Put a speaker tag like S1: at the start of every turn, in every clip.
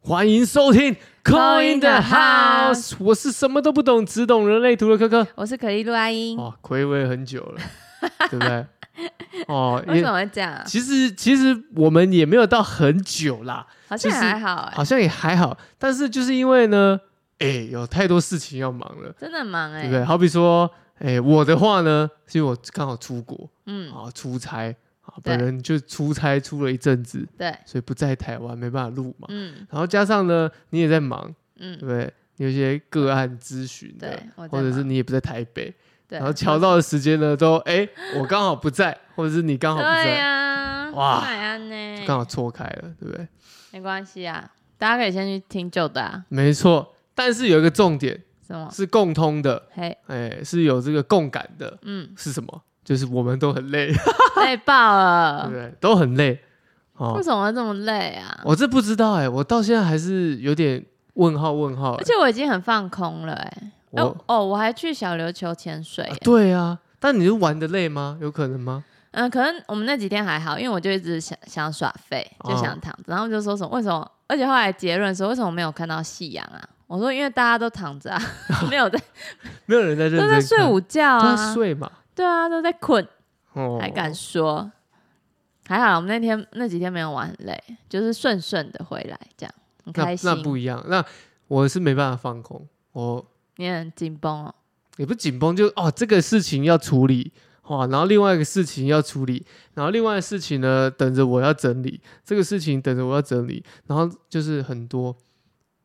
S1: 欢迎收听《Call in the House》，我是什么都不懂，只懂人类图的科科。
S2: 我是可丽露阿英。
S1: 哦，暌违很久 了，对不对？哦，
S2: 为什么会这样啊？
S1: 其实其实我们也没有到很久啦，
S2: 好
S1: 就
S2: 像
S1: 是
S2: 还好、欸，
S1: 好像也还好，但是就是因为呢，哎、有太多事情要忙了，
S2: 真的很忙哎、
S1: 对不对？好比说，哎、我的话呢，是因为我刚好出国
S2: 嗯，
S1: 啊，出差啊，
S2: 对
S1: 本人就出差出了一阵子，
S2: 对，
S1: 所以不在台湾没办法录嘛。
S2: 嗯
S1: 然后加上呢，你也在忙，对不
S2: 嗯，
S1: 对？你有一些个案咨询的
S2: 对，我在
S1: 或者是
S2: 忙
S1: 你也不在台北，
S2: 对，
S1: 然后敲到的时间呢，都哎、我刚好不在，或者是你刚好不
S2: 对啊
S1: 在，
S2: 呀、
S1: 哇
S2: 哇，哪样呢？
S1: 就刚好错开了，对不对？
S2: 没关系啊，大家可以先去听旧的啊，
S1: 没错，但是有一个重点
S2: 什么？
S1: 是共通的，
S2: 嘿，
S1: 哎，是有这个共感的，，
S2: 嗯
S1: 是什么？就是我们都很累，
S2: 累爆
S1: 对不
S2: 了，
S1: 对？都很累。
S2: 为
S1: 哦，
S2: 什么会这么累啊？
S1: 我这不知道哎、我到现在还是有点问号问号、
S2: 而
S1: 哎
S2: 且我已经很放空了哎、欸，
S1: 我、
S2: 哦哦，我还去小琉球潜水、
S1: 啊
S2: 欸，
S1: 对啊，但你是玩的累吗？有可能吗？
S2: 嗯、可能我们那几天还好，因为我就一直想想耍废，就
S1: 嗯
S2: 想躺着，然后就说什么为什么？而且后来结论说为什么没有看到夕阳啊？我说因为大家都躺着啊， 没有在
S1: 没有人在认
S2: 都
S1: 真
S2: 在
S1: 看，
S2: 睡午觉
S1: 都
S2: 啊
S1: 在，睡嘛，
S2: 对啊，都在困，
S1: 哦，
S2: 还敢说？还好啦我们那天那几天没有玩很累，就是顺顺的回来，这样很
S1: 那
S2: 开心
S1: 那。不一样，那我是没办法放空，我
S2: 你也很紧绷哦，
S1: 也不紧绷，就哦这个事情要处理。哇，然后另外一个事情要处理，然后另外的事情呢，等着我要整理，这个事情等着我要整理，然后就是很多。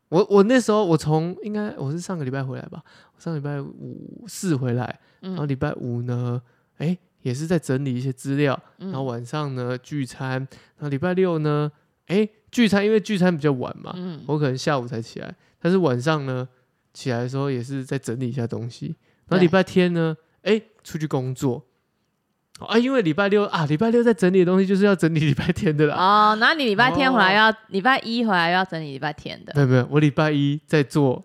S1: 我我那时候我从应该我是上个礼拜回来吧，我上礼拜五四回来，然后
S2: 嗯
S1: 礼拜五呢，哎也是在整理一些资料，然后
S2: 嗯
S1: 晚上呢聚餐，然后礼拜六呢，哎聚餐因为聚餐比较晚嘛，
S2: 嗯，
S1: 我可能下午才起来，但是晚上呢起来的时候也是在整理一下东西。然后礼
S2: 对
S1: 拜天呢，哎，出去工作。哦啊，因为礼拜六啊，礼拜六在整理的东西就是要整理礼拜天的啦。
S2: 哦，然后你礼拜天回来
S1: 哦
S2: 又要礼拜一回来又要整理礼拜天的，
S1: 没有没有，我礼拜一在做，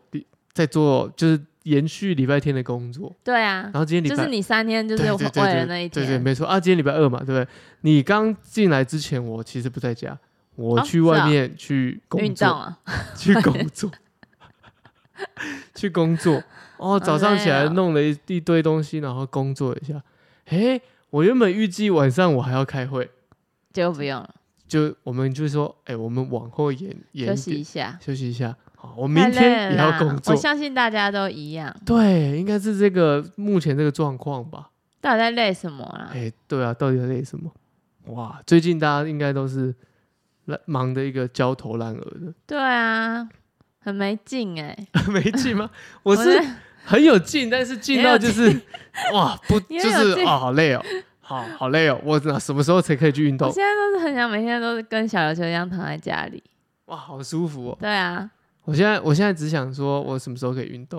S1: 在做就是延续礼拜天的工作。
S2: 对啊
S1: 然，后今天礼
S2: 就
S1: 拜
S2: 是你三天就是
S1: 对对对
S2: 为了
S1: 对
S2: 那一
S1: 对对，
S2: 天，
S1: 没错啊，今天礼拜二嘛，对不对？你刚进来之前，我其实不在家，我
S2: 哦
S1: 去
S2: 是
S1: 外
S2: 啊
S1: 面去工
S2: 运
S1: 作
S2: 动，啊，
S1: 去工作，去工作。哦，早上起来
S2: 累哦
S1: 弄了一一堆东西，然后工作一下。诶，我原本预计晚上我还要开会，
S2: 结果不用了，
S1: 就我们就说，诶，我们往后延延
S2: 休
S1: 一
S2: 息一
S1: 点，
S2: 下。
S1: 休息一下。好，我
S2: 太
S1: 明天
S2: 累
S1: 也
S2: 了
S1: 要
S2: 啦
S1: 工作
S2: 我。相信大家都一样，
S1: 对，应该是这个目前这个状况吧。
S2: 到底在累什么啦？
S1: 诶，对啊，到底在累什么？哇，最近大家应该都是懒忙的一个焦头烂额的，
S2: 对啊，很没劲哎、
S1: 没劲吗？我
S2: 在
S1: 是很有劲，但是劲到就是哇， 不
S2: 也
S1: 就
S2: 有
S1: 是
S2: 劲
S1: 哦，好累哦，好好累哦，我哪什么时候才可以去运
S2: 我
S1: 动？
S2: 现在都是很想每天都是跟小琉球一样躺在家里。
S1: 哇，好舒服哦！
S2: 对啊，
S1: 我现在我现在只想说，我什么时候可以运动？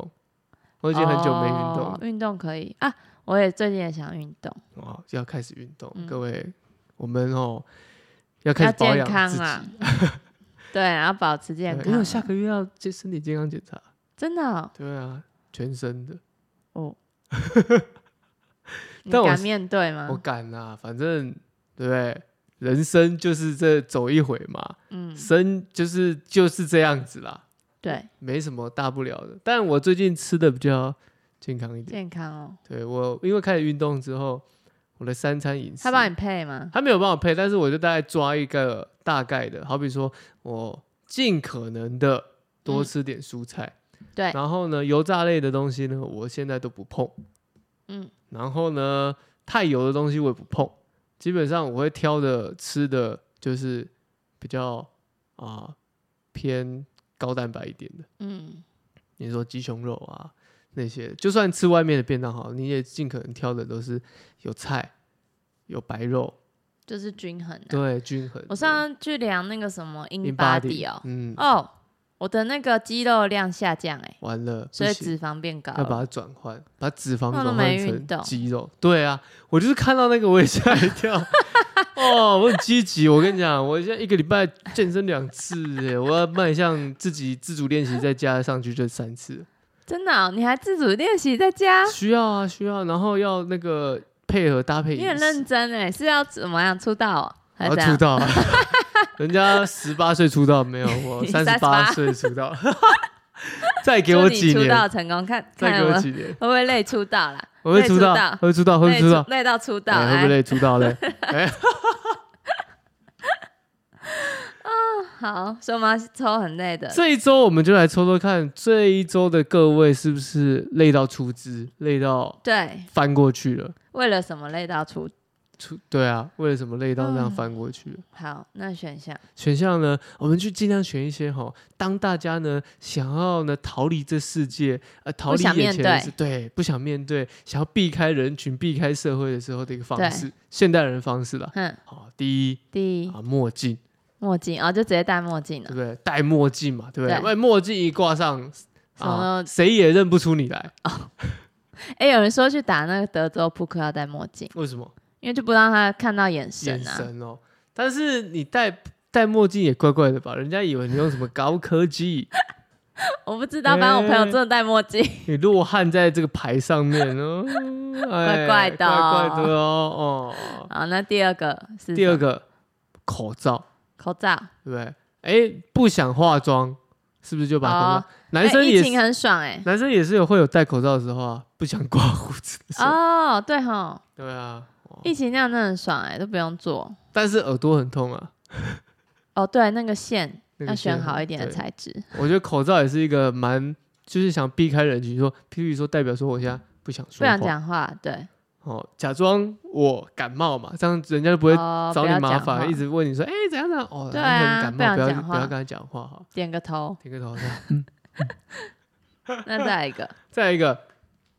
S1: 我
S2: 我
S1: 已经很久没运动了，
S2: 运动可以啊，我也最近也想运动，
S1: 哇，要开始运动，
S2: 嗯
S1: 各位，我们哦要开
S2: 要
S1: 始保
S2: 健
S1: 养
S2: 康
S1: 自己，
S2: 啊。 对，然后保持健
S1: 对
S2: 康啊。
S1: 因为我下个月要健身体健康检查，
S2: 真的哦，
S1: 对啊，全身的，
S2: 哦你
S1: 但我
S2: 敢
S1: 是
S2: 面对
S1: 我
S2: 吗？
S1: 敢啊，反正对不对？人生就是这走一回嘛，
S2: 嗯，
S1: 生就是就是这样子啦。
S2: 对，
S1: 没什么大不了的。但我最近吃的比较健康一点，
S2: 健康哦。
S1: 对我因为开始运动之后，我的三餐饮食
S2: 他帮你配吗？
S1: 他没有帮我配，但是我就大概抓一个大概的，好比说我尽可能的多吃点蔬菜，
S2: 嗯对
S1: 然后呢油炸类的东西呢，我现在都不碰，
S2: 嗯，
S1: 然后呢太油的东西我也不碰，基本上我会挑的吃的就是比较啊、偏高蛋白一点的。
S2: 嗯，
S1: 你说鸡胸肉啊那些，就算吃外面的便当好，你也尽可能挑的都是有菜、有白肉，
S2: 就是均衡、啊。
S1: 对，均衡的。
S2: 我上次去量那个什么 in
S1: Inbody，
S2: body 哦，
S1: 嗯，
S2: 哦，我的那个肌肉量下降哎、
S1: 完了，不
S2: 所以
S1: 行
S2: 脂肪变高
S1: 要
S2: 了。
S1: 把它转换，把脂肪
S2: 那
S1: 转
S2: 都
S1: 换
S2: 没运
S1: 成
S2: 动
S1: 肌肉。对啊，我就是看到那个我也吓一跳。 哦，我很积极，我跟你讲，我现在一个礼拜健身两次耶，我要迈向自己自主练习，再加上去就三次，
S2: 真的哦、你还自主练习在家？
S1: 需要啊，需要，然后要那个配合搭配饮
S2: 你
S1: 食，
S2: 欸很认真哎、是要怎么样出道、哦、还
S1: 然后
S2: 是怎
S1: 出
S2: 样？
S1: 道啊，人家十八岁出道没有，我
S2: 你
S1: 三十八
S2: 38
S1: 岁出 道，再给
S2: 祝
S1: 我
S2: 你
S1: 几
S2: 出
S1: 年，
S2: 道成功，看
S1: 再
S2: 看
S1: 给
S2: 我
S1: 我
S2: 会
S1: 几年，
S2: 不会累出道啦？
S1: 我会
S2: 累
S1: 出
S2: 出
S1: 道
S2: 道，
S1: 会出 道，会
S2: 累
S1: 出道
S2: 出，累到出道，
S1: 哎会
S2: 哎
S1: 不会出道嘞？哎，
S2: 好，所以我们要抽很累的，
S1: 这一周我们就来抽抽看，这一周的各位是不是累到出汁，累到
S2: 对，
S1: 翻过去了？
S2: 为了什么累到出？
S1: 出对啊，为了什么累到这样
S2: 嗯
S1: 翻过去了？
S2: 好，那选项
S1: 选项呢，我们去尽量选一些哈，当大家呢想要呢逃离这世界，呃，逃离
S2: 想
S1: 眼
S2: 面
S1: 前的世，对，不想面对，想要避开人群、避开社会的时候的一个方
S2: 对
S1: 式，现代人的方式啦。
S2: 嗯，
S1: 好，第一
S2: 第一
S1: 啊，墨镜，
S2: 墨镜哦，就直接戴墨镜
S1: 对不。
S2: 了
S1: 对？戴墨镜嘛，对不对？
S2: 对
S1: 哎墨镜一挂上
S2: 什
S1: 啊，
S2: 么
S1: 谁也认不出你来。
S2: 哎、有人说去打那个德州扑克要戴墨镜，
S1: 为什么？
S2: 因为就不让他看到眼神
S1: 眼
S2: 啊。
S1: 神哦。但是你戴戴墨镜也怪怪的吧？人家以为你用什么高科 技。
S2: 我不知道，反正我朋
S1: 哎
S2: 友真的戴墨镜。
S1: 你落汗在这个牌上面哦，哎
S2: 怪怪的哦
S1: 怪怪的哦。哦，
S2: 好，那第二个是
S1: 第二
S2: 什么
S1: 个口罩，
S2: 口罩，
S1: 对不对？哎，不想化妆，是不是就把口罩？男生
S2: 哎
S1: 也
S2: 疫
S1: 是，
S2: 情很爽哎、
S1: 男生也是有会有戴口罩的时候啊，不想刮胡子的时候，
S2: 哦，对吼，
S1: 对啊。哦
S2: 疫情那样真的很爽哎、都不用做。
S1: 但是耳朵很痛啊，
S2: 哦，对，那个线
S1: 那个
S2: 要选
S1: 线
S2: 好一点的
S1: 对
S2: 材质。
S1: 我觉得口罩也是一个蛮，就是想避开人群，说，譬如说代表说我现在不想
S2: 不
S1: 说话，
S2: 想讲话，对，
S1: 哦，假装我感冒嘛，这样人家就不会
S2: 哦
S1: 找
S2: 不
S1: 你
S2: 要
S1: 麻
S2: 讲话
S1: 烦，一直问你说，哎、怎样怎样？哦，
S2: 对
S1: 他
S2: 啊
S1: 很
S2: 不
S1: 感冒，
S2: 想
S1: 不要
S2: 讲
S1: 不要
S2: 话
S1: 跟他讲话哈，
S2: 点 个头。
S1: 点个头这样
S2: 那再来一个，
S1: 再一个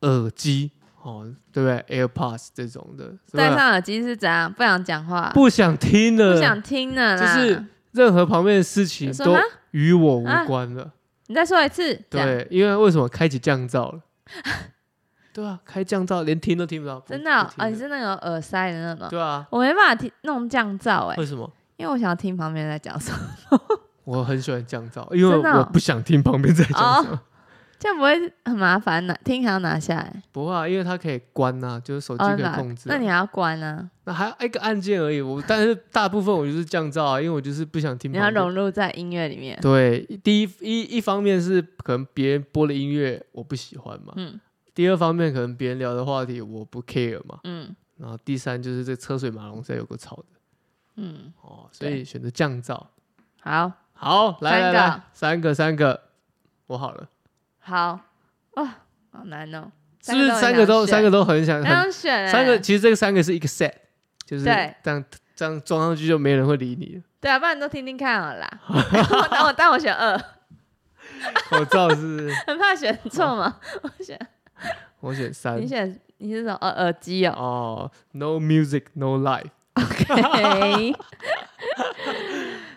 S1: 耳机哦，对不对？AirPods 这种的，是
S2: 戴
S1: 吧？
S2: 上耳机是怎样？不想讲话，
S1: 不想听了，
S2: 不想听了
S1: 就
S2: 啦。
S1: 是任何旁边的事情
S2: 有什
S1: 都
S2: 么
S1: 与我无
S2: 啊
S1: 关了。
S2: 你再说一次，这样，
S1: 对，因为为什么开启降噪了？ 对啊，开降噪连听都听不到，不
S2: 真的哦
S1: 不听
S2: 哦，你
S1: 了
S2: 是那个耳塞的那种。
S1: 对啊？
S2: 我没办法听弄降噪哎、
S1: 为什么？
S2: 因为我想要听旁边在讲什么，
S1: 我很喜欢降噪，因为
S2: 真的
S1: 我
S2: 哦
S1: 不想听旁边在讲
S2: 哦
S1: 什么。
S2: 这样不会很麻烦拿听还要拿下来，
S1: 不会啊，因为它可以关呐、就是手机
S2: 哦
S1: 可以
S2: 拿
S1: 控，制啊、
S2: 那你还要关啊，
S1: 那还有一个按键而已。我但是大部分我就是降噪啊，因为我就是不想听
S2: 你
S1: 旁
S2: 要
S1: 边。
S2: 融入在音乐里面，
S1: 对，第一一一方面是可能别人播的音乐我不喜欢嘛，
S2: 嗯
S1: 第二方面可能别人聊的话题我不 care 嘛，
S2: 嗯
S1: 然后第三就是这车水马龙实在有个吵的
S2: 嗯，
S1: 哦，所以选择降噪。
S2: 好
S1: 好，来来
S2: 三个
S1: 来，三个三个，我好了，
S2: 好哇，好 难哦，
S1: 是不是三个都三个
S2: 都
S1: 都很想
S2: 很
S1: 很
S2: 想选欸
S1: 三个，其实这个三个是一个 set，就是
S2: 对
S1: 这样这样装上去就没人会理 你了。
S2: 对啊，不然你都听听看好 了啦，我但我但我选二，
S1: 口罩是
S2: 很怕选错嘛，我选
S1: 我选三
S2: 你选你是什么耳耳机 哦
S1: 哦，No music, no life。
S2: ，OK，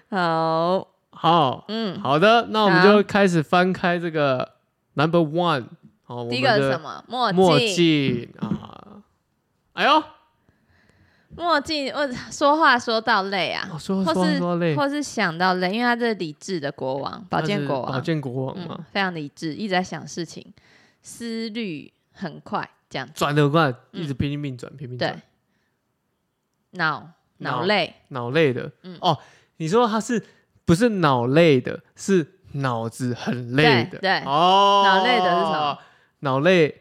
S2: 好，
S1: 好
S2: 嗯，
S1: 好的，那我们
S2: 好
S1: 就开始翻开这个 number one 哦，我们
S2: 第一个是什
S1: 的
S2: 么？墨
S1: 墨
S2: 镜。
S1: 镜啊，哎呦，
S2: 墨镜，我说话说到累啊，
S1: 哦说
S2: 或
S1: 说
S2: 是
S1: 说累，
S2: 或是想到累，因为他是理智的国王，保健国
S1: 保
S2: 王，
S1: 健国王
S2: 嗯
S1: 嘛，，
S2: 非常理智，一直在想事情，思虑很快，这样
S1: 转得快，一直拼命转，拼命
S2: 嗯对
S1: 转，，
S2: 脑
S1: 脑
S2: 脑累，
S1: 脑累的
S2: 嗯，
S1: 哦，你说他是不是脑累的？是脑子很累的，
S2: 对对
S1: 哦，
S2: 脑累的是什么？
S1: 脑累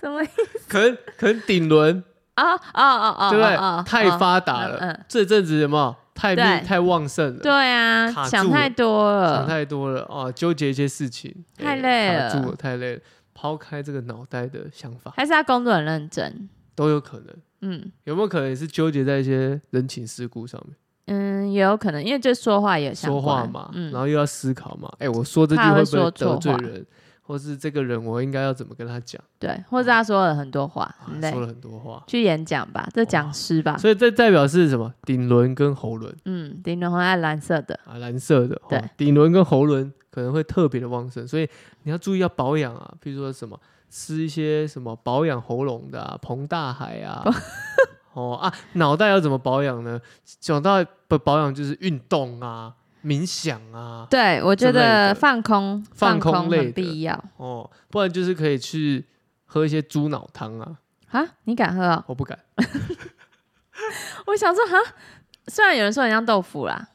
S2: 什么意思？
S1: 可能 可能顶轮
S2: 哦哦哦哦，
S1: 对不对？
S2: 哦哦
S1: 太
S2: 哦
S1: 发达了，
S2: 嗯嗯
S1: 这阵子有没有太
S2: 对
S1: 密太旺盛了？
S2: 对啊
S1: 卡，住
S2: 想太多
S1: 想
S2: 了，
S1: 太多了啊，纠结一些事情，对
S2: 太累了
S1: 卡住了，太累了，抛开这个脑袋的想法
S2: 还是他工作很认真，
S1: 都有可能。
S2: 嗯
S1: 有没有可能也是纠结在一些人情世故上面？
S2: 嗯，也有可能，因为就说话也相
S1: 说话
S2: 关
S1: 嘛，然
S2: 嗯，
S1: 后又要思考嘛。哎，我说这句
S2: 怕会
S1: 会不会
S2: 说
S1: 得
S2: 错
S1: 罪
S2: 话
S1: 人，或是这个人我应该要怎么跟他讲？
S2: 对，或者他说了很多话，
S1: 啊
S2: 很累
S1: 说，了很多话，
S2: 去演讲吧，这讲师吧，
S1: 所以这代表是什么？顶轮跟喉轮
S2: 嗯，顶轮很爱蓝色的，
S1: 啊，蓝色的。哦
S2: 对，
S1: 顶轮跟喉轮可能会特别的旺盛，所以你要注意要保养啊，比如说什么吃一些什么保养喉咙的啊，彭大海啊。哦啊，脑袋要怎么保养呢？讲到不保养就是运动啊、冥想啊，
S2: 对，我觉
S1: 之类的
S2: 得放空
S1: 放空
S2: 空
S1: 类的
S2: 很必要
S1: 哦，不然就是可以去喝一些猪脑汤啊，
S2: 啊！你敢喝哦？
S1: 我不敢。
S2: 我想说哈，虽然有人说很像豆腐啦，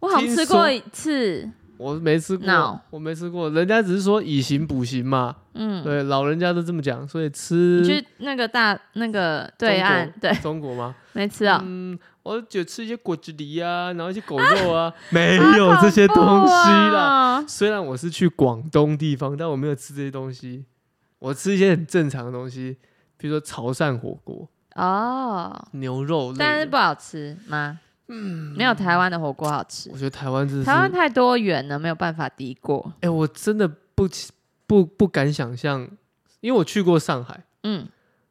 S2: 我好像吃过一次，
S1: 我没吃过
S2: No
S1: 我没吃过，人家只是说以形补形嘛，
S2: 嗯，
S1: 对，老人家都这么讲，所以
S2: 你
S1: 吃
S2: 去那个大那个对岸，对，
S1: 中国吗？
S2: 没吃哦，
S1: 嗯，我就吃一些果子狸啊，然后一些狗肉啊，没
S2: 好
S1: 有这些
S2: 恐
S1: 东
S2: 怖
S1: 西啦。
S2: 哦，
S1: 虽然我是去广东地方，但我没有吃这些东西，我吃一些很正常的东西，比如说潮汕火锅、
S2: 哦，
S1: 牛肉类的。
S2: 但是不好吃吗？嗯，没有台湾的火锅好吃
S1: 我，觉得台湾真的是，
S2: 台湾
S1: 哎、
S2: 太多元了，没有办法敌过。
S1: 我真的不不不敢想象，因为我去过上海。
S2: 嗯，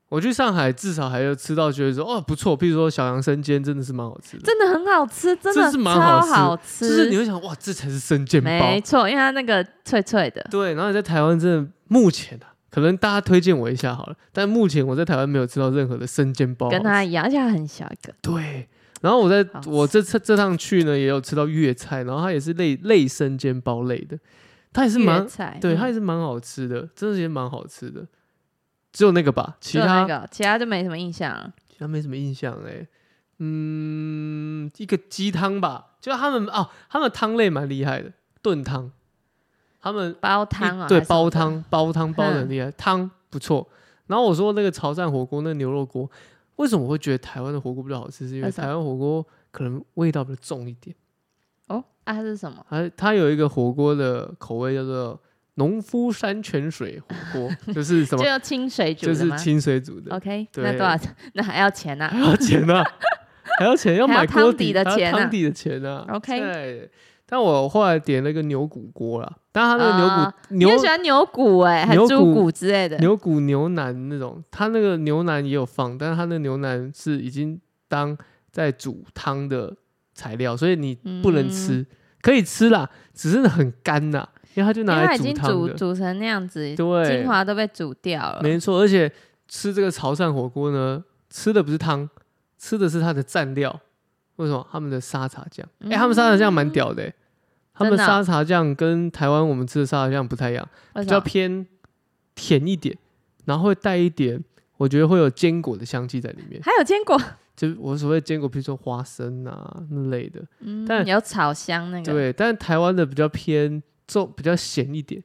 S1: 我去上海，至少还有吃到觉得说哦不错，譬如说小杨生煎真的是蛮好吃的，
S2: 真的很好吃，真
S1: 这
S2: 的
S1: 是蛮
S2: 超
S1: 好吃
S2: 吃，
S1: 就是你会想哇这才是生煎包，
S2: 没错，因为它那个脆脆的，
S1: 对，然后你在台湾真的目前啊，可能大家推荐我一下好了，但目前我在台湾没有吃到任何的生煎包好吃，
S2: 跟它一样，而且它很小一个。
S1: 对。然后我在
S2: 好吃
S1: 我这次这趟去呢，也有吃到粤菜，然后它也是类类生煎包类的，它也是蛮
S2: 粤菜，
S1: 对，
S2: 嗯
S1: 它也是蛮好吃的，真的也蛮好吃的。只有那个吧，其
S2: 就
S1: 他
S2: 那个，其他就没什么印象了。
S1: 其他没什么印象哎、嗯，一个鸡汤吧，就他们哦，他们汤类蛮厉害的，炖汤，他们
S2: 煲汤啊，
S1: 对，
S2: 还是什么
S1: 煲
S2: 的，
S1: 汤，煲汤煲的很
S2: 嗯
S1: 厉害，汤不错。然后我说那个潮汕火锅，那个牛肉锅，为什么我会觉得台湾的火锅比较好吃？是因为
S2: 为什
S1: 台
S2: 么
S1: 湾火锅可能味道比较重一点，
S2: 哦，啊，它是什么？
S1: 它它有一个火锅的口味叫做农夫山泉水火 锅，就是什
S2: 就
S1: 么，
S2: 要清水煮
S1: 就
S2: 的
S1: 是
S2: 吗哦
S1: 清水煮的，
S2: ？OK，
S1: 对啊
S2: 那多少 钱？那还要钱啊
S1: 还
S2: 呐？
S1: 要钱呢、还要钱，要
S2: 还要
S1: 买锅
S2: 汤底的
S1: 还要
S2: 钱啊
S1: 汤底的钱呢、
S2: OK
S1: 对但我后来点了一个牛骨锅啦，但它那个牛骨、
S2: 啊 你
S1: 牛
S2: 也喜欢牛骨哎，还
S1: 牛
S2: 猪
S1: 骨
S2: 骨之类的？
S1: 牛骨牛腩那种，它那个牛腩也有放，但是它那个牛腩是已经当在煮汤的材料，所以你
S2: 嗯
S1: 不能吃，可以吃啦，只是很干呐，因为它就
S2: 因
S1: 拿
S2: 为它
S1: 来
S2: 已经
S1: 汤
S2: 煮
S1: 的，
S2: 煮成那样子，
S1: 对
S2: 精，华都被煮掉了。
S1: 没错，而且吃这个潮汕火锅呢，吃的不是汤，吃的是它的蘸料，为什么？他们的沙茶酱，哎、他们沙茶酱蛮屌的、欸，他们
S2: 嗯真的哦
S1: 沙茶酱跟台湾我们吃的沙茶酱不太一样。
S2: 为
S1: 比
S2: 什
S1: 较
S2: 么？
S1: 偏甜一点，然后会带一点，我觉得会有坚果的香气在里面。
S2: 还有坚 果，
S1: 就是我所谓坚果，比如说花生啊那类的，
S2: 嗯
S1: 但，
S2: 有炒香那个，
S1: 对。但台湾的比较偏重，比较咸一点。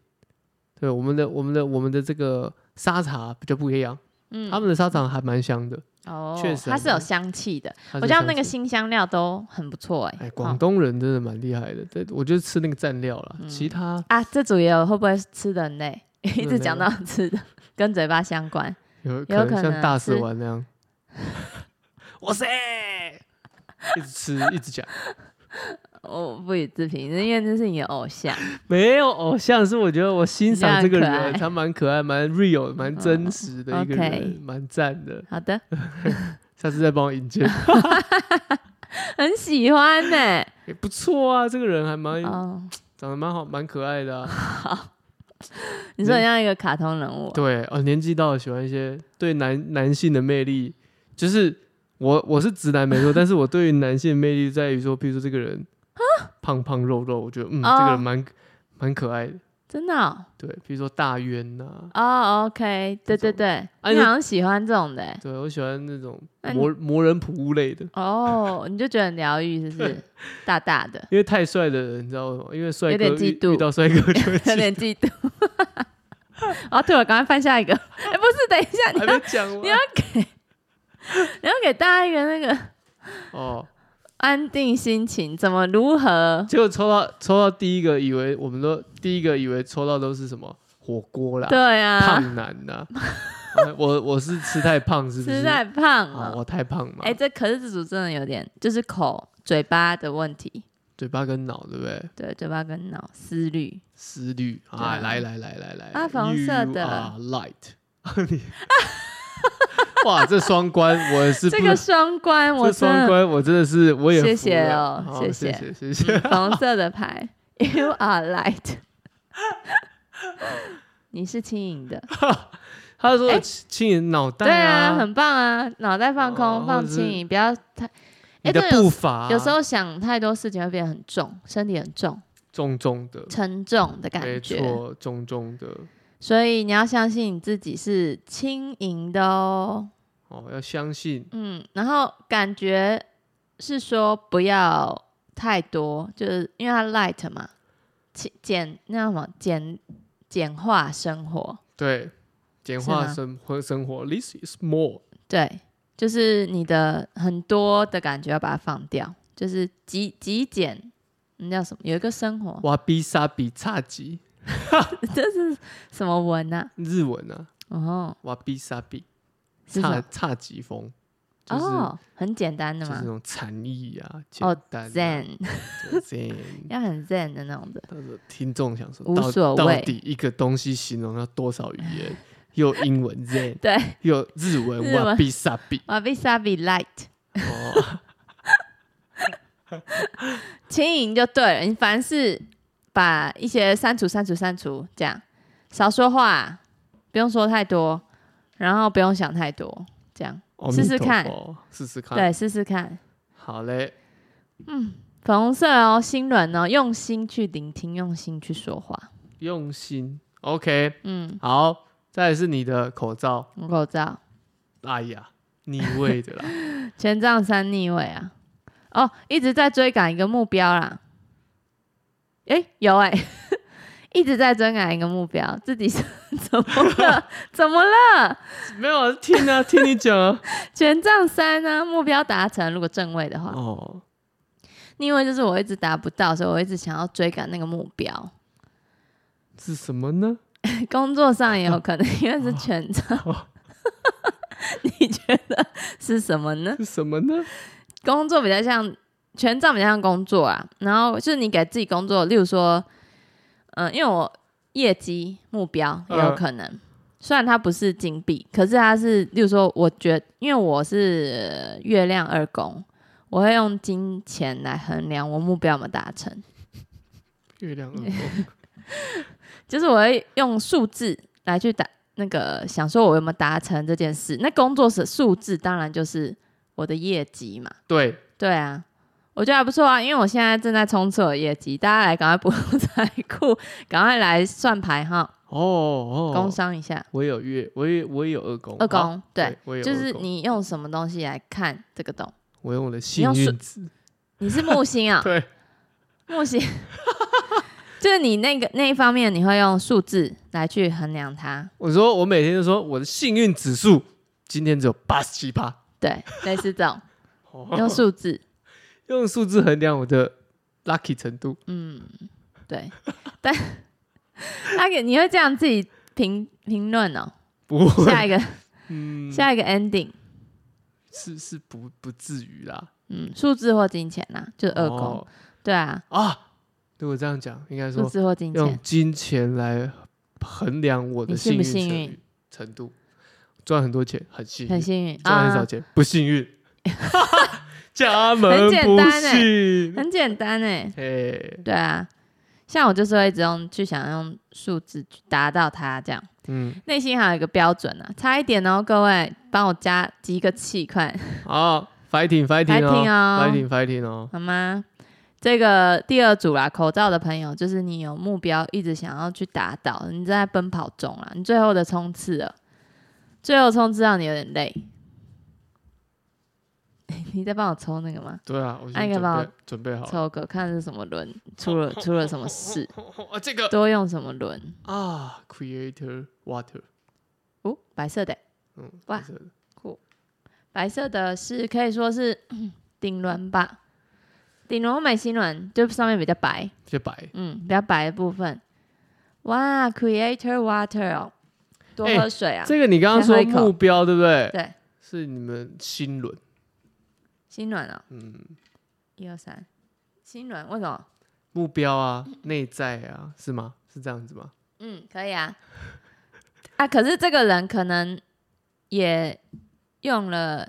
S1: 对，我们的我们的我们的这个沙茶比较不一样，
S2: 嗯
S1: 他们的沙茶还蛮香的。
S2: 哦
S1: 确实
S2: 它是
S1: 还
S2: 有
S1: 蛮
S2: 香气的。
S1: 它是
S2: 我觉得他
S1: 香
S2: 们那个
S1: 气
S2: 新香料都很不错哎、
S1: 哎，
S2: 哦
S1: 广东人真的蛮厉害的。对，我就吃那个蘸料啦，其他
S2: 啊，这组也有会不会吃的很累？ 一
S1: 很
S2: 直
S1: 累
S2: 讲到
S1: 吗
S2: 吃的，跟嘴巴相 关。
S1: 有
S2: 有
S1: 可
S2: 可
S1: 能像
S2: 能
S1: 大蛇
S2: 是
S1: 丸那样， 哇塞，一直吃一直讲。
S2: 我哦不予置评，因为这是你的偶像。
S1: 没有偶像，是我觉得我欣赏这个
S2: 你很
S1: 人，
S2: 可爱
S1: 他蛮可爱、蛮 real、蛮真实的一个
S2: 嗯，OK
S1: 人，蛮赞的。
S2: 好的，
S1: 下次再帮我引 荐，
S2: 很喜欢呢、
S1: 也不错啊。这个人还蛮
S2: 哦，
S1: 长得蛮好、蛮可爱的啊。
S2: 你说很像一个卡通人物啊，
S1: 对哦，年纪到了喜欢一些对男男性的魅力，就是我我是直男没错，但是我对于男性的魅力在于说，比如说这个人胖胖肉肉，我觉得嗯，
S2: 哦
S1: 这个人蛮蛮可爱的。
S2: 真的哦。
S1: 对，比如说大渊啊呐，
S2: 哦，OK，对对
S1: 这种
S2: 对，
S1: 啊
S2: 你
S1: 你
S2: 好像喜欢这种的欸、
S1: 对我喜欢那种
S2: 那哎你
S1: 魔魔人普乌类的。
S2: 哦，你就觉得很疗愈，是不是？大大的，
S1: 因为太帅的人，你知道为什么？因为帅
S2: 有
S1: 哥
S2: 点
S1: 遇
S2: 嫉妒
S1: 遇到帅哥 就会嫉
S2: 有
S1: 妒。
S2: 点嫉妒。哦，对了，赶快翻 下一个。哎、不是，等一下，你
S1: 还
S2: 要
S1: 没讲
S2: 你要
S1: 完
S2: 给，你要给大家一个那个
S1: 哦，
S2: 安定心情，怎么如何？
S1: 结果抽到抽到第一个，以为我们都第一个以为抽到都是什么火锅啦、
S2: 对啊，
S1: 胖男呐、啊我我是吃太胖是不是？
S2: 吃太胖
S1: 哦，
S2: 了。
S1: 我太胖嘛，
S2: 哎、这可是这组真的有点，就是口嘴巴的问题，
S1: 嘴巴跟脑对不对？
S2: 对，嘴巴跟脑思虑。
S1: 思虑
S2: 对
S1: 啊，
S2: 啊
S1: 来来来来来，
S2: 啊粉色的
S1: 啊，light，你 哇，这双关我是不
S2: 这个双关，我
S1: 这
S2: 真
S1: 双
S2: 的
S1: 关我真的是我也
S2: 谢
S1: 服
S2: 谢
S1: 了
S2: 哦
S1: 好
S2: 谢嗯
S1: 谢
S2: 谢
S1: 谢谢谢。
S2: 红色的牌 ，You are light，你是轻盈的，
S1: 他说
S2: 哎
S1: 亲亲你的脑袋
S2: 对啊，
S1: 啊，
S2: 很棒啊，脑袋放空，
S1: 哦
S2: 放
S1: 或者是
S2: 轻盈，不要太。
S1: 你
S2: 哎、
S1: 的
S2: 这有
S1: 步伐啊
S2: 有时候想太多事情会变得很重，身体很重、
S1: 重重的，
S2: 沉重的感
S1: 没
S2: 觉。
S1: 错，重重的
S2: 所以你要相信你自己是轻盈的哦。
S1: 哦，要相信，
S2: 嗯，然后感觉是说不要太多，就是因为它 light 嘛，其简那叫什么简简化生活，
S1: 对，简
S2: 是啊
S1: 化
S2: 吗
S1: 生活生活，this is more，
S2: 对，就是你的很多的感觉要把它放掉，就是极极简，那叫什么？有一个生活，
S1: 哇比萨比差吉，
S2: 这是什么文啊？
S1: 日文啊，
S2: 哦，
S1: 哇比萨比
S2: 是什
S1: 差
S2: 么？
S1: 差吉风，就是、
S2: 哦，很简单的
S1: 就是那
S2: 嘛
S1: 种禅意啊，简
S2: 哦
S1: 单、啊、
S2: ，zen
S1: 对 zen
S2: 要很 zen 的那种的，
S1: 但是听众想说，
S2: 无
S1: 到
S2: 所
S1: 到
S2: 谓
S1: 底一个东西形容要多少语言？又英文 Zen，
S2: 对，
S1: 又日文
S2: 日文
S1: 哇比萨比
S2: 哇，wasabi light，
S1: 哦，
S2: 轻盈就对了，你凡是把一些删除、删除、删除，这样少说话，不用说太多，然后不用想太多，这样
S1: 阿
S2: 试
S1: 弥
S2: 试
S1: 陀
S2: 看
S1: 佛，试试看，
S2: 对，试试看。
S1: 好嘞，
S2: 粉红色哦，心软哦，用心去聆听，用心去说话。
S1: 用心，OK，
S2: 嗯，
S1: 好，再来是你的口罩，
S2: 我口罩，
S1: 哎呀，逆位的 啦，
S2: 权杖三逆位啊。哦，一直在追赶一个目标啦。诶，有诶， 一直在追赶一个目标，自己是 怎么了？怎么了？
S1: 没有听啊，听你讲啊，
S2: 权杖三呢、目标达成，如果正位的话，
S1: 哦，
S2: 逆位就是我一直达不到，所以我一直想要追赶那个目标。
S1: 是什么呢？
S2: 工作上也有可能，因为是权杖。 你觉得是什么呢？
S1: 是什么呢？
S2: 工作比较像权杖，比较像工作啊。然后就是你给自己工作，例如说，嗯、因为我业绩目标也有可能，虽然它不是金币，可是它是，例如说，我觉因为我是呃月亮二宫，我会用金钱来衡量我目标有没有达成，
S1: 月亮恶 魔，
S2: 就是我会用数字来去打那个想说我有没有达成这件事。那工作是数字，当然就是我的业绩嘛。
S1: 对，
S2: 对啊，我觉得还不错啊，因为我现在正在冲刺我的业绩，大家来赶快补 财库，赶快来算牌哈，
S1: 哦哦，
S2: 工商一下。
S1: 我也有月，我也我也有二宫，
S2: 二
S1: 好，
S2: 宫对，，
S1: 我也有
S2: 就
S1: 二
S2: 是
S1: 宫
S2: 你用什么东西来看这个洞？
S1: 我用我的
S2: 你
S1: 幸
S2: 用水
S1: 运值，
S2: 你是木星 啊，
S1: 对，
S2: 木星， 就是你那个那一方面，你会用数字来去衡量它，
S1: 我说我每天就说我的幸运指数今天只有八十七趴，
S2: 对，类似这种
S1: 哦
S2: 用数字，
S1: 用数字衡量我的 lucky 程度，
S2: 嗯，对，但那个你会这样自己评评论哦，
S1: 不会，
S2: 下一个
S1: 嗯，
S2: 下一个 ending。
S1: 是是不不至于啦，
S2: 嗯，数字或金钱啦、就是二宫，
S1: 哦
S2: 对啊，
S1: 啊。如果这样讲，应该
S2: 数
S1: 说
S2: 字或金
S1: 用
S2: 钱，
S1: 金钱来衡量我的
S2: 你幸
S1: 幸
S2: 不
S1: 运
S2: 幸
S1: 程
S2: 运
S1: 度程度，赚很多钱很幸
S2: 很
S1: 运，
S2: 幸运
S1: 赚很少
S2: 啊，
S1: 钱不幸运， 家门
S2: 很简
S1: 不
S2: 单欸
S1: 幸，
S2: 很简单哎、
S1: 哎，
S2: 对啊，像我就是会一直用去想用数字去达到它，这样
S1: 嗯，
S2: 内心还有一个标准啊，差一点哦，各位帮我加集个气，快
S1: 好，fighting fighting
S2: fighting 哦
S1: ，fighting fighting 哦，
S2: 好吗？这个第二组啦，口罩的朋友，就是你有目标，一直想要去达到，你正在奔跑中啦，你最后的冲刺了，最后冲刺让你有点累。 你在帮我抽那个吗？
S1: 对啊，我
S2: 按
S1: 先
S2: 一个
S1: 准
S2: 吧
S1: 备准备好了。
S2: 抽个看是什么轮，出了出了什么事，
S1: 啊，这个
S2: 多用什么轮
S1: 啊，Creator Water，
S2: 哦，白色的
S1: 嗯，
S2: 哇
S1: 这个
S2: 白色的是可以说是嗯顶轮吧，顶轮或美心轮，就上面比较白，
S1: 比较白，
S2: 嗯，比较白的部分。哇，Creator Water 哦，多
S1: 哎
S2: 喝水啊，
S1: 这个你刚刚
S2: 先
S1: 说
S2: 喝一口
S1: 目标对不对？
S2: 对，
S1: 是你们心轮，
S2: 心轮哦，
S1: 嗯，
S2: 一二三，心轮为什么？
S1: 目标啊，内在啊，是吗？是这样子吗？
S2: 嗯，可以啊，啊，可是这个人可能也用了，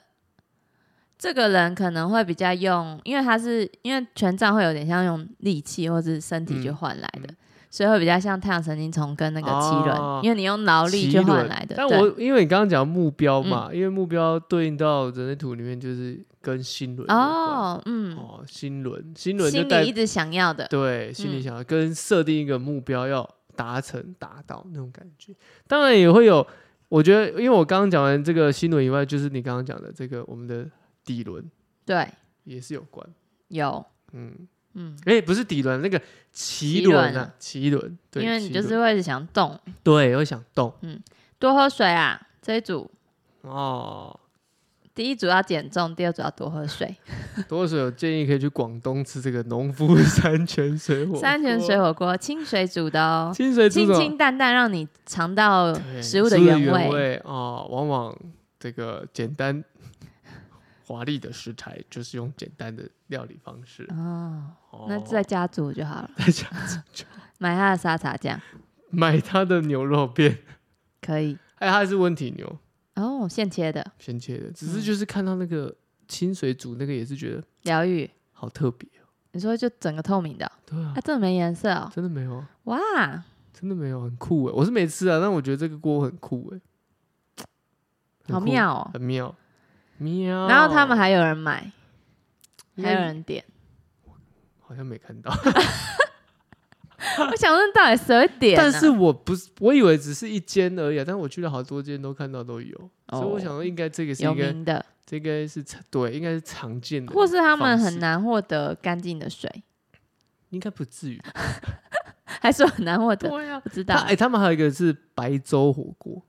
S2: 这个人可能会比较用，因为他是因为权杖会有点像用力气或是身体去
S1: 嗯
S2: 换来的，
S1: 嗯
S2: 所以会比较像太阳神经丛跟那个脐轮，
S1: 哦
S2: 因为你用劳力去
S1: 脐轮
S2: 换来的。
S1: 但
S2: 对嗯
S1: 我因为你刚刚讲目标嘛，因为目标对应到人类图里面就是跟心轮有关
S2: 哦，嗯，
S1: 哦，心轮，心轮就
S2: 心里
S1: 代
S2: 一直想要的，
S1: 对，心里
S2: 嗯
S1: 想要跟设定一个目标要达成达到那种感觉，当然也会有我觉得，因为我刚刚讲完这个新轮以外，就是你刚刚讲的这个我们的底轮
S2: 对，
S1: 也是有关。
S2: 有，
S1: 嗯，
S2: 嗯，
S1: 哎、不是底轮，那个脐
S2: 脐
S1: 轮
S2: 轮
S1: 啊，脐轮，对，
S2: 因为你
S1: 脐
S2: 就
S1: 轮
S2: 是会一直想动，
S1: 对会想动
S2: 多喝水啊。这一组
S1: 哦。
S2: 第一组要减重，第二组要多喝水。
S1: 多水有建议可以去广东吃这个农夫山泉水火锅，
S2: 山泉水火锅，清水煮的哦，
S1: 清水
S2: 清
S1: 煮什么
S2: 清淡淡，让你尝到
S1: 对
S2: 食物的
S1: 原
S2: 原味。
S1: 哦，往往这个简单华丽的食材，就是用简单的料理方式。
S2: 哦，
S1: 哦，
S2: 那在家煮就好了，
S1: 再加
S2: 买它的沙茶酱
S1: 买它的牛肉片，
S2: 可以。
S1: 哎，它是温体牛
S2: 哦，现切的
S1: 先切的，只是
S2: 嗯
S1: 就是看到那个清水煮那个也是觉得
S2: 疗愈，
S1: 好特别哦。
S2: 你说就整个透明的哦，
S1: 对啊
S2: 啊，，这没颜色哦，
S1: 真的没有啊，
S2: 哇，
S1: 真的没有，很酷哎。我是没吃啊，但我觉得这个锅很酷哎，很
S2: 好
S1: 酷，
S2: 妙哦。
S1: 很妙，妙。
S2: 然后他们还有人买，
S1: 哦因
S2: 还
S1: 为
S2: 有人点，
S1: 好像没看到。
S2: 我想问到底谁会点啊？
S1: 但是我不是，我以为只是一间而已、啊，但我去了好多间都看到都有，所以我
S2: 哦
S1: 想说应该这个是
S2: 有
S1: 应该，
S2: 名的，
S1: 这应该是常对，应该是常见的，
S2: 或是他们
S1: 方式
S2: 很难获得干净的水，
S1: 应该不至于吧。
S2: 还是很难获得？
S1: 对啊，
S2: 不知
S1: 他
S2: 道
S1: 哎、他们还有一个是白粥火锅，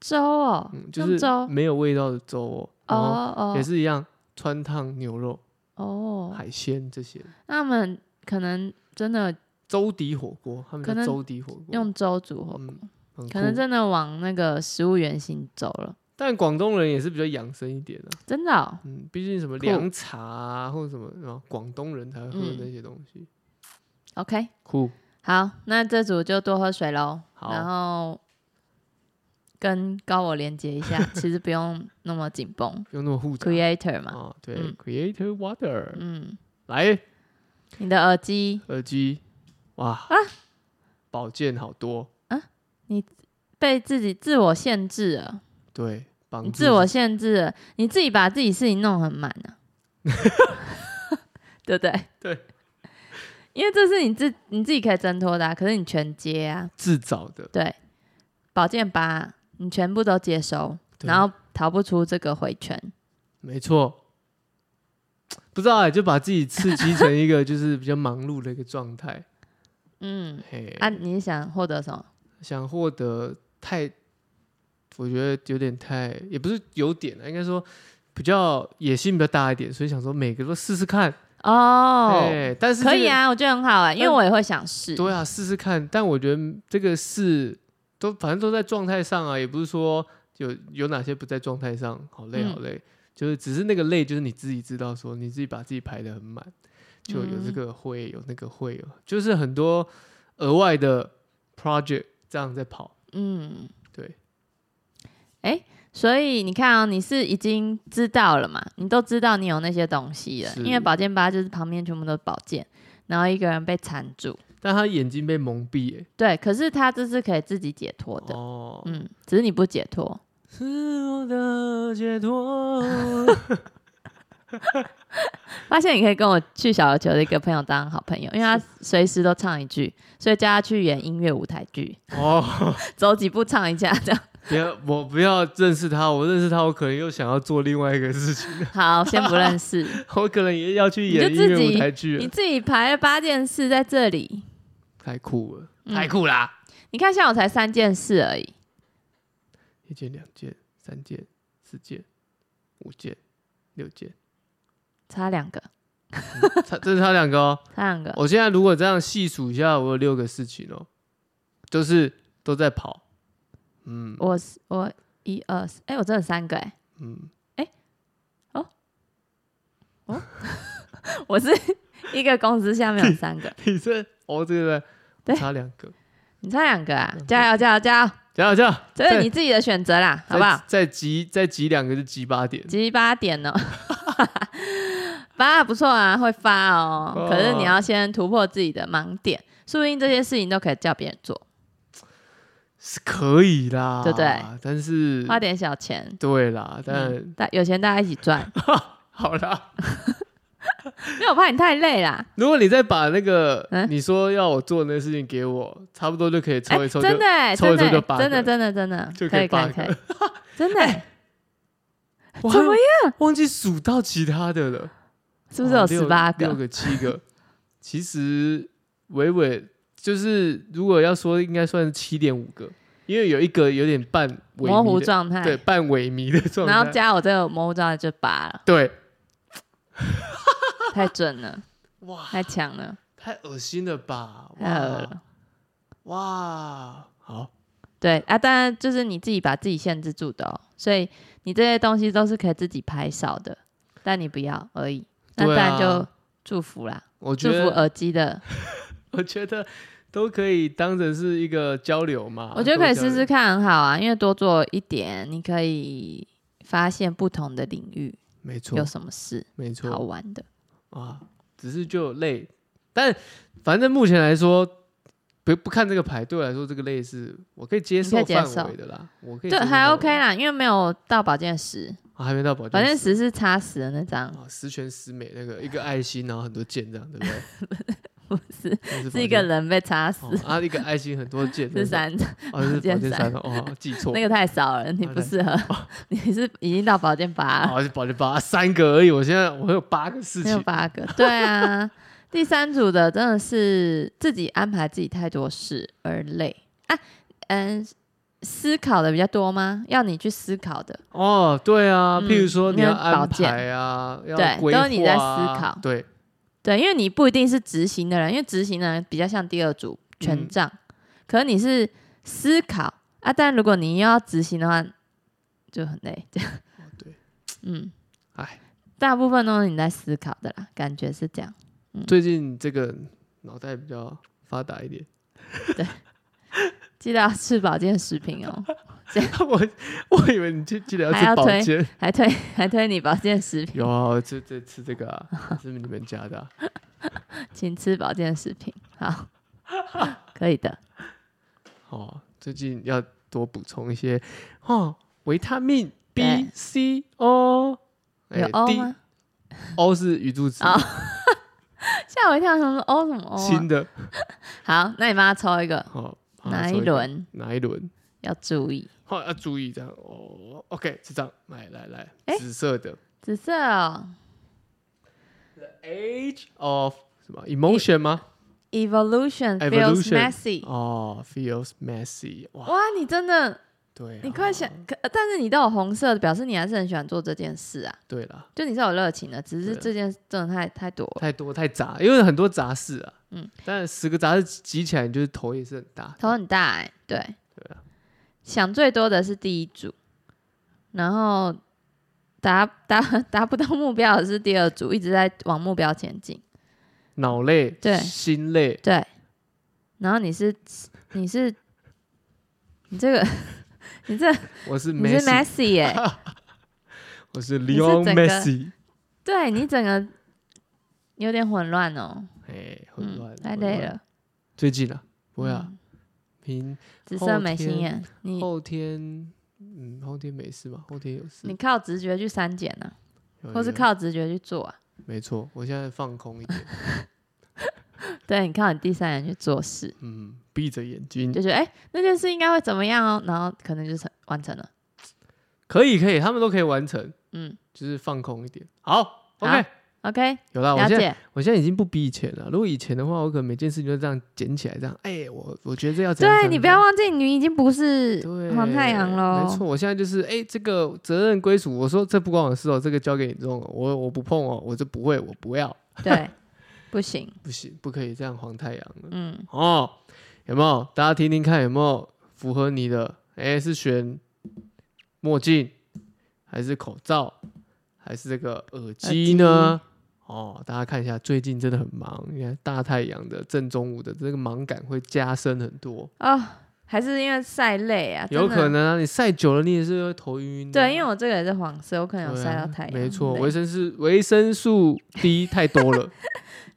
S2: 粥哦，
S1: 嗯，就
S2: 用
S1: 是
S2: 粥
S1: 没有味道的粥哦，然后
S2: 哦哦
S1: 也是一样川烫牛肉、
S2: 哦，
S1: 海鲜这些
S2: 那他们可能真的
S1: 粥底火锅，他们
S2: 可
S1: 叫
S2: 能
S1: 粥底火锅，
S2: 用粥煮火
S1: 嗯，很
S2: 可能
S1: 酷
S2: 真的往那个食物原型走了，
S1: 但广东人也是比较养生一点的、啊
S2: 真的、哦。
S1: 嗯，毕竟什么
S2: 酷
S1: 凉茶啊，或者什么，然后广东人才会喝
S2: 嗯
S1: 那些东西，
S2: OK，
S1: 酷。
S2: 好，那这组就多喝水喽，
S1: 好
S2: 然后跟高我连接一 下，其实不用那么紧绷
S1: 不用那么复杂
S2: ，Creator 嘛，
S1: 啊。对、
S2: 嗯
S1: c r e a t o r Water，、
S2: 嗯，
S1: 来
S2: 你的耳机
S1: 耳机，哇，
S2: 啊
S1: 宝剑好多，
S2: 被自己自我限制了，
S1: 对，绑
S2: 你
S1: 住
S2: 自我限制了，你自己把自己事情弄很满 啊，对不对？
S1: 对，
S2: 因为这是你自你自己可以挣脱的、啊，可是你全接啊，
S1: 自找的，
S2: 对，宝剑八你全部都接收，
S1: 对
S2: 然后逃不出这个回圈，
S1: 没错。不知道哎、就把自己刺激成一个就是比较忙碌的一个状态。
S2: 嗯，
S1: 嘿，
S2: 啊，你想获得什么？
S1: 想获得太，我觉得有点太，也不是有点啊，应该说比较野心比较大一点，所以想说每个都试试看。
S2: 哦、
S1: 哎但是、
S2: 可以，啊，我觉得很好啊，因为
S1: 但
S2: 我也会想试。
S1: 对啊，试试看。但我觉得这个是都反正都在状态上啊，也不是说有有哪些不在状态上，好累
S2: 嗯
S1: 好累，就是只是那个累，就是你自己知道说你自己把自己排得很满，就有这
S2: 嗯
S1: 个会有那个会，哦就是很多额外的 project 这样在跑，
S2: 嗯，
S1: 对，
S2: 所以你看啊、你是已经知道了嘛，你都知道你有那些东西了，
S1: 是
S2: 因为宝剑八就是旁边全部都是宝剑，然后一个人被缠住，
S1: 但他眼睛被蒙蔽、欸，
S2: 对，可是他这是可以自己解脱的，
S1: 哦，
S2: 嗯，只是你不解脱，
S1: 是我的解 脱，
S2: 发现你可以跟我去小琉球的一个朋友当好朋友，因为他随时都唱一句，所以叫他去演音乐舞台剧，
S1: 哦，
S2: 走几步唱一下这样。
S1: 不要我不要认识他，我认识他，我可能又想要做另外一个事情。
S2: 好，先不 认识，
S1: 我可能也要去
S2: 你
S1: 演
S2: 就
S1: 音乐
S2: 自己
S1: 舞台剧
S2: 你
S1: 了，
S2: 自己排了八件事在这里，
S1: 太酷了，
S2: 嗯
S1: 太酷啦！
S2: 你看像我才三件事而已，
S1: 一件、两件、三件、四件、五件、六件，
S2: 差两个，
S1: 差这是他两个哦。
S2: 差两个，
S1: 我现在如果这样细数一下，我有六个事情哦，就是都在跑，嗯
S2: 我是我一二，哎、我真的三个哎、
S1: 嗯，
S2: 我是一个公司下面有三 个，
S1: 你这哦这个
S2: 对
S1: 差两个，
S2: 你差两个啊，加油加油加油，
S1: 加油加油！
S2: 这
S1: 再
S2: 是你自己的选择啦，好不好？
S1: 再再集再集两个就集八点，
S2: 集八点 呢、发不错啊，会发哦
S1: 哦。
S2: 可是你要先突破自己的盲点，说不定这些事情都可以叫别人做，
S1: 是可以啦，
S2: 对不对？
S1: 但是
S2: 花点嗯小钱，
S1: 对啦，但
S2: 大有钱大家一起赚。
S1: 好啦，
S2: 因为我怕你太累啦。
S1: 如果你再把那个、
S2: 嗯
S1: 你说要我做的那事情给我，差不多就可以抽
S2: 哎，
S1: 一抽就，
S2: 真的哎，
S1: 抽一
S2: 真
S1: 抽
S2: 的
S1: 就
S2: 哎
S1: 八
S2: 真
S1: 个
S2: 的真的真的
S1: 就可
S2: 可
S1: 以
S2: 以看
S1: bug
S2: 可以， 真的哎
S1: 我
S2: 怎么
S1: 样？忘记数到其他的了，
S2: 是不是有
S1: 哇六
S2: 十八
S1: 六
S2: 个？
S1: 个、七个？其实伟伟就是如果要说，应该算是七点五个，因为有一个有点半萎
S2: 模糊
S1: 靡的，
S2: 状态，
S1: 对，半萎靡的状态。
S2: 然后加我这个模糊状态就八 了，
S1: 对，
S2: 太准了，
S1: 哇，
S2: 太强了，
S1: 太恶心了吧！
S2: 太恶了
S1: 哇。哇，好，
S2: 对啊，当然就是你自己把自己限制住的哦，所以你这些东西都是可以自己拍少的，但你不要而已。那当
S1: 对啊
S2: 然就祝福啦，
S1: 我觉
S2: 祝福
S1: 得
S2: 耳机的，
S1: 我觉得都可以当成是一个交流嘛。
S2: 我觉得可
S1: 多
S2: 以
S1: 交
S2: 试
S1: 流
S2: 试看，很好啊，因为多做一点，你可以发现不同的领域
S1: 没错
S2: 有，什么事
S1: 没
S2: 好
S1: 错
S2: 玩的。
S1: 啊，只是就有累，但反正目前来说，不不看这个牌，对我来说这个累是我可以接受
S2: 你可以接
S1: 范
S2: 受
S1: 围的啦，我可以
S2: 对，
S1: 接受
S2: 还
S1: 范
S2: OK
S1: 围、
S2: 啦，因为没有到保健十，
S1: 啊还没到保
S2: 保
S1: 健
S2: 健
S1: 室
S2: 十是差十的那张，
S1: 啊，十全十美那个一个爱心，然后很多箭这样，对不 对？
S2: 不是
S1: 那保
S2: 是一个
S1: 健
S2: 人被插死，
S1: 哦啊，一个爱心很多箭，
S2: 是三张，
S1: 哦，是保
S2: 保健
S1: 健
S2: 三
S1: 三哦，记 错
S2: 那个太少了，你
S1: 好
S2: 不
S1: 的
S2: 适合， 你是已经到保健八了。
S1: 好，哦就保健八三个而已。我现在我有八个事
S2: 没有
S1: 情，
S2: 八个，对啊。第三组的真的是自己安排自己太多事而累啊，嗯，思考的比较多吗？要你去思考的，
S1: 哦，对啊，
S2: 嗯
S1: 譬如说你要
S2: 因为保
S1: 安
S2: 健
S1: 排啊，要
S2: 对
S1: 规
S2: 都是你在
S1: 划啊
S2: 思考嗯
S1: 对，
S2: 对，因为你不一定是执行的人，因为执行的人比较像第二组权
S1: 嗯
S2: 杖，可是你是思考啊，但如果你又要执行的话，就很累。这样
S1: 哦对，
S2: 嗯，
S1: 哎，
S2: 大部分都是你在思考的啦，感觉是这样。
S1: 最近这个脑袋比较发达一点，
S2: 记得要吃保健食品哦，
S1: 我我以为你记记得要
S2: 还
S1: 吃
S2: 要
S1: 保
S2: 推
S1: 健，
S2: 还推 还推你保健食品，
S1: 有啊，这这吃这个啊，是你们家的啊、
S2: 请吃保健食品。好，可以的。
S1: 哦，最近要多补充一些哦，维他命 B
S2: 对、
S1: C、O，哎
S2: 有 O
S1: D
S2: 吗？
S1: O 是语助词，
S2: 哦吓我一跳，什么 O 什么 O？、
S1: 新
S2: 啊、
S1: 的
S2: 好，那你帮他抽一个，
S1: 哦，好
S2: 哪
S1: 抽
S2: 一
S1: 个
S2: 轮
S1: 哪一轮。
S2: 要注意？
S1: 哦，要注意这样哦。OK，是这张，来来来，
S2: 诶
S1: 紫色的
S2: 紫色哦
S1: The Age of 什么 Emotion 吗？
S2: ，Evolution feels
S1: Evolution
S2: messy。
S1: 哦，feels messy，哇，
S2: 哇，你真的，
S1: 对啊，
S2: 你快想，可但是你都有红色的，表示你还是很喜欢做这件事啊。
S1: 对啦，
S2: 就你是有热情的，只是
S1: 对啊
S2: 这件事真的太太多了，
S1: 太多太杂，因为很多杂事啊，嗯
S2: 嗯，
S1: 但十个杂事集起来，你就是头也是很大，
S2: 头很大哎、对，
S1: 对啊，
S2: 想最多的是第一组，然后达达达不到目标的是第二组，一直在往目标前进。
S1: 脑累，
S2: 对
S1: 心累，
S2: 对，然后你是你是你这个 你这
S1: 我是
S2: 你是
S1: Messi，
S2: Messi 耶、
S1: 我是
S2: 是
S1: Leon
S2: 整个
S1: Messi，
S2: 对你整个有点混乱哦，
S1: 哎，混乱
S2: 嗯，，太
S1: 混
S2: 累
S1: 乱，
S2: 了，
S1: 最近啊，不会啊
S2: 嗯，，
S1: 平
S2: 紫
S1: 后
S2: 色美心
S1: 天
S2: 眼，你
S1: 后天，嗯，后天没事嘛，后天有事
S2: 你，靠直觉去删减呢、
S1: 有
S2: 啊，或是
S1: 有
S2: 靠直觉去做啊，
S1: 没错，我现在放空一点，
S2: 对你靠你第三人去做事，
S1: 嗯，闭着眼睛
S2: 就觉得哎、那件事应该会怎么样哦，然后可能就成完成了，
S1: 可以可以，他们都可以完成，
S2: 嗯
S1: 就是放空一点。好，OK，
S2: ，OK，
S1: 有啦，啊我
S2: 了
S1: 现在
S2: 解，
S1: 我现在已经不比以前了。如果以前的话，我可能每件事情都这样捡起来，这样，哎、我我觉得这要怎样
S2: 对你不要
S1: 忘
S2: 忘记你已经不是
S1: 对
S2: 黄太阳喽，
S1: 没错，我现在就是哎、这个责任归属，我说这不关我的事哦，这个交给你这种，我我不碰哦，我就不会，我不要，
S2: 对，不行，
S1: 不行，不可以这样黄太阳了
S2: 嗯，
S1: 哦，有没有？大家听听看有没有符合你的？哎、是选墨镜，还是口罩，还是这个耳机呢？哦，大家看一下，最近真的很忙，你看大太阳的正中午的这个忙感会加深很多，
S2: 哦，还是因为晒累啊，
S1: 有
S2: 真的
S1: 可。能啊，你晒久了你也是会头晕晕的啊。
S2: 对，因为我这个也是黄色，我可能有
S1: 对
S2: 晒
S1: 啊
S2: 到太阳。
S1: 没错，
S2: 对
S1: 维生素维生素 D 太多了，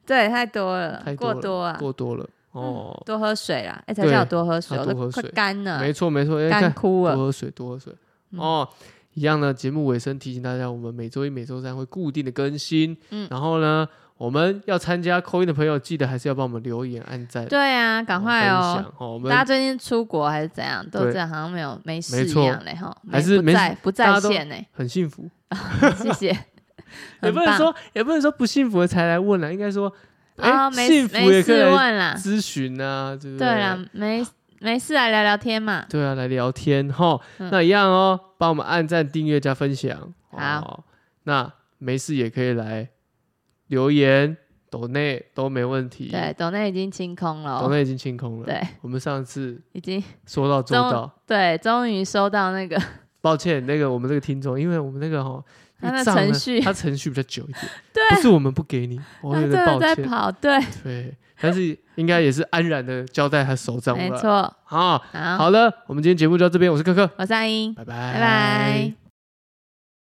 S2: 对，太多了，
S1: 太多
S2: 过
S1: 了
S2: 多 啊，
S1: 过多了哦，
S2: 多喝水啦，哎、才
S1: 对
S2: 叫我多喝水，
S1: 要
S2: 我
S1: 多
S2: 都
S1: 喝
S2: 快
S1: 水
S2: 干了，
S1: 没错没错，哎看
S2: 干枯
S1: 多
S2: 了。
S1: 喝水，多喝水。
S2: 嗯
S1: 哦，一样呢，节目尾声提醒大家，我们每周一、每周三会固定的更新。
S2: 嗯
S1: 然后呢，我们要参加扣音的朋友，记得还是要帮我们留言、按赞、
S2: 对啊，赶快
S1: 哦分
S2: 哦！
S1: 享哦。我
S2: 大家
S1: 们
S2: 最近出国还是怎样，都
S1: 对
S2: 这样，好像没有没
S1: 没
S2: 事一
S1: 错
S2: 样嘞哈，
S1: 还是
S2: 不
S1: 没
S2: 在不
S1: 大
S2: 在
S1: 家都
S2: 线呢，
S1: 很幸福，
S2: 谢谢。
S1: 也
S2: 很
S1: 不能
S2: 棒
S1: 说也不能说不幸福的才来问了，应该说，哎、
S2: 啊，没
S1: 幸
S2: 事
S1: 福
S2: 没
S1: 也可以
S2: 事
S1: 来
S2: 问啦，
S1: 咨询啊，对不
S2: 对啦，没没事来聊聊天嘛，
S1: 对啊，来聊天哈。
S2: 嗯
S1: 那一样哦，帮我们按赞、订阅、加分享。
S2: 好
S1: 哦，那没事也可以来留言、抖内都没问题。
S2: 对，董内已经清空了
S1: 抖
S2: 哦，
S1: 内已经清空了。
S2: 对，
S1: 我们上次
S2: 已经
S1: 说到做
S2: 终
S1: 到。
S2: 对，终于收到那个
S1: 抱歉，那个我们这个听众，因为我们那个哈，
S2: 他的
S1: 账呢
S2: 程序
S1: 他程序比较久一点，
S2: 对啊
S1: 不是我们不给你，我
S2: 他
S1: 有
S2: 真
S1: 点
S2: 的
S1: 抱
S2: 在
S1: 歉，
S2: 跑，对，
S1: 对，但是应该也是安然的交代他手掌
S2: 没
S1: 了。
S2: 错，
S1: 好，
S2: 好，
S1: 好了，我们今天节目就到这边，我是柯柯，
S2: 我是阿英，
S1: 拜拜，
S2: 拜拜。